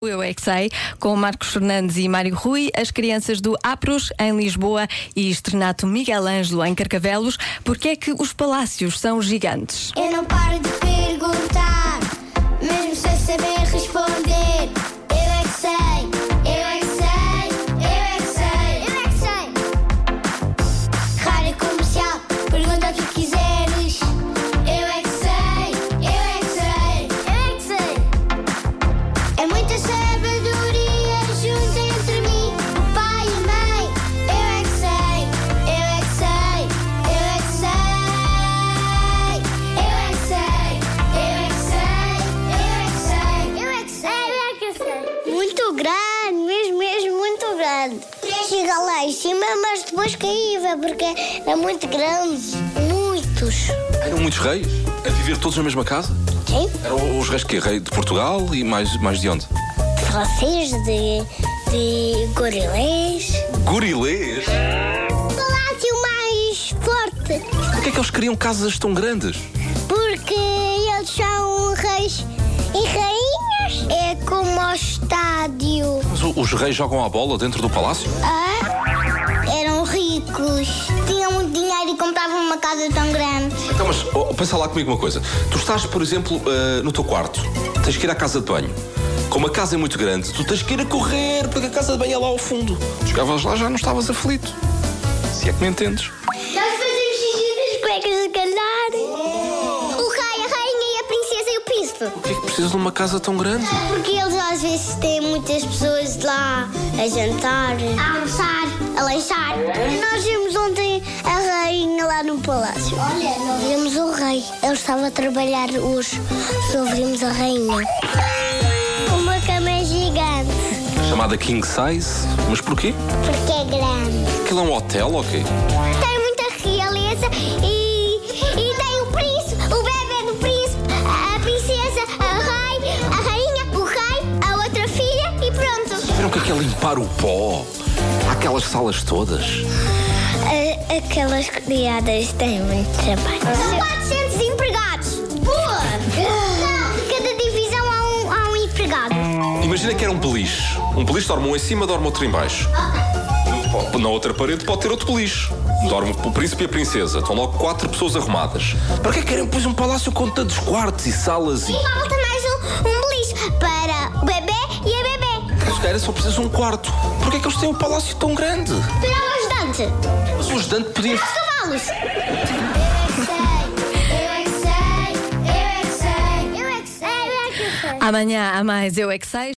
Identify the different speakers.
Speaker 1: O Eu é que sei, com Marcos Fernandes e Mário Rui, as crianças do APROS em Lisboa e Estrenato Miguel Ângelo em Carcavelos, porque é que os palácios são gigantes?
Speaker 2: Eu não paro de perguntar, mesmo sem saber responder. Eu é que sei, eu é que sei, eu é que sei, eu é que sei. Rádio comercial, pergunta o que quiseres. Eu é que sei, eu é que sei, eu é que sei. É muita sabedoria junta entre mim, o pai e a mãe. Eu é que sei, eu é que sei, eu é que sei. Eu é que sei, eu é que sei, eu é que sei, eu é que sei, eu é que sei. Muito grande, mesmo, mesmo muito grande. Chega lá em cima, mas depois caía, porque era muito grande. Muitos.
Speaker 3: Eram muitos reis a viver todos na mesma casa?
Speaker 2: Sim.
Speaker 3: Eram os reis que Rei de Portugal e mais, mais de onde?
Speaker 2: francês, de, de gorilês.
Speaker 3: Gorilês?
Speaker 2: Palácio mais forte,
Speaker 3: Porquê é que eles queriam casas tão grandes?
Speaker 2: porque eles são reis e rainhas. É como o estádio.
Speaker 3: Mas o- os reis jogam a bola dentro do palácio?
Speaker 2: Ah, eram ricos, tinham muito dinheiro e compravam uma casa tão grande.
Speaker 3: Então, mas oh, pensa lá comigo uma coisa. Tu estás, por exemplo, ah, no teu quarto, tens que ir à casa de banho. Como a casa é muito grande, tu tens que ir a correr porque a casa de banho é lá ao fundo. Chegavas lá já não estavas aflito. Se é que me entendes.
Speaker 2: Nós fazemos xixi nas cuecas de calhar. O rei, a rainha e a princesa e o príncipe.
Speaker 3: O que é que precisas de uma casa tão grande?
Speaker 2: Porque eles às vezes têm muitas pessoas lá a jantar, a almoçar, a lanchar. Nós vimos ontem a rainha lá no palácio. Olha, nós vimos o rei. Ele estava a trabalhar hoje. Só vimos a rainha. Uma cama gigante.
Speaker 3: Chamada King Size. Mas porquê?
Speaker 2: Porque é grande.
Speaker 3: Aquilo é um hotel ou quê?
Speaker 2: Tem muita realeza e, e tem o príncipe, o bebê do príncipe, a princesa, a rei, a rainha, o rei, a outra filha e pronto.
Speaker 3: Viram o que é que é limpar o pó? Há aquelas salas todas.
Speaker 2: Aquelas criadas têm muito trabalho. São 400 empregados. Boa! Não, de cada divisão há um, há um empregado.
Speaker 3: Imagina que era um beliche. Um beliche dorme um em cima, dorme outro em baixo. Pode- Na outra parede pode ter outro beliche. Dorme o príncipe e a princesa. Estão logo quatro pessoas arrumadas. Para que é que querem depois um palácio com tantos quartos e salas e...
Speaker 2: E falta mais um, um beliche para o bebê e a bebê.
Speaker 3: Os caras só precisam de um quarto. Por que é que eles têm um palácio tão grande?
Speaker 2: Para o ajudante.
Speaker 3: Mas o ajudante podia...
Speaker 2: Os cavalos. Eu é que sei, eu é que sei, eu é que sei.
Speaker 1: Amanhã há mais Eu é que sei.